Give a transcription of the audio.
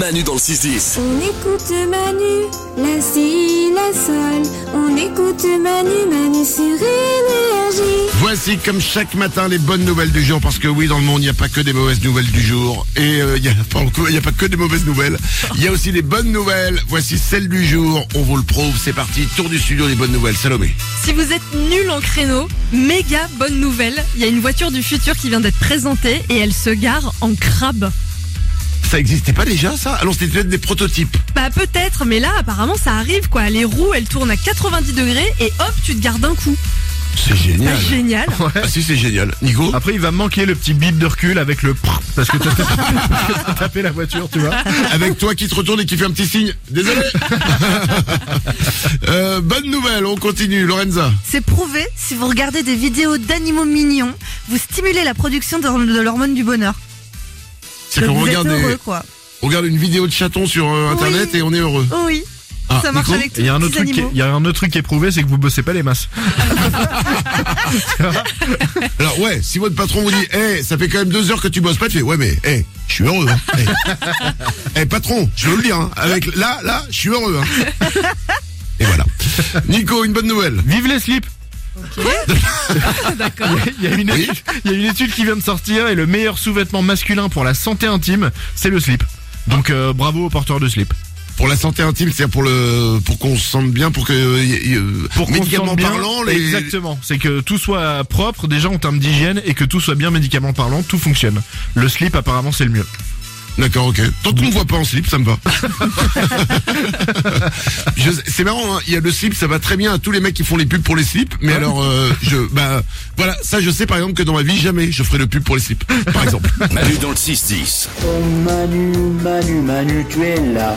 Manu dans le 6-10. On écoute Manu, la si, la sol. On écoute Manu, Manu sur énergie. Voici comme chaque matin les bonnes nouvelles du jour parce que oui dans le monde il n'y a pas que des mauvaises nouvelles du jour et euh, il n'y a, pour le coup, il y a pas que des mauvaises nouvelles il y a aussi les bonnes nouvelles voici celle du jour on vous le prouve c'est parti tour du studio des bonnes nouvelles Salomé Si vous êtes nul en créneau, méga bonne nouvelle, il y a une voiture du futur qui vient d'être présentée et elle se gare en crabe. ça existait pas déjà ça alors c'était peut-être des prototypes Bah peut-être, mais là apparemment ça arrive quoi. Les roues elles tournent à 90 degrés et hop tu te gardes d'un coup. c'est génial Génial. ah si c'est génial Nico Après, il va me manquer le petit bip de recul avec le prrr, parce que t'as tapé, t'as tapé la voiture, tu vois. avec toi qui te retourne et qui fait un petit signe désolé Euh, bonne nouvelle on continue Lorenza C'est prouvé, si vous regardez des vidéos d'animaux mignons, vous stimulez la production de, de l'hormone du bonheur. c'est Donc qu'on vous regarde, êtes des- heureux, quoi. on regarde une vidéo de chaton sur euh, internet et on est heureux Oh oui, Ah, ça marche Nico avec tous Il y a un les autre truc, qui est- animaux. il y a un autre truc qui est prouvé, c'est que vous bossez pas les masses. Alors ouais, si votre patron vous dit, Eh, ça fait quand même deux heures que tu bosses pas, tu fais, ouais mais, eh, je suis heureux. Hein. Eh. Eh, patron, je veux le dire, hein. avec là, là, je suis heureux. hein. Et voilà. Nico, une bonne nouvelle. Vive les slips Il y a une Oui. étude- il y a une étude qui vient de sortir et le meilleur sous-vêtement masculin pour la santé intime, c'est le slip. Donc euh, bravo aux porteurs de slip. Pour la santé intime, c'est pour le, pour qu'on se sente bien, pour que, euh, y- y- euh, Pour qu'on se médicalement sente bien, parlant, les, Exactement, c'est que tout soit propre déjà en termes d'hygiène et que tout soit bien médicalement parlant, tout fonctionne. Le slip apparemment c'est le mieux. D'accord, ok. Tant qu'on me voit pas en slip, ça me va. Je sais- c'est marrant, hein, il y a le slip, ça va très bien à tous les mecs qui font les pubs pour les slips, mais alors, euh, je, bah, voilà, ça je sais par exemple que dans ma vie, jamais je ferai de pub pour les slips, par exemple. Manu dans le 6-10. Oh Manu, Manu, Manu, tu es là.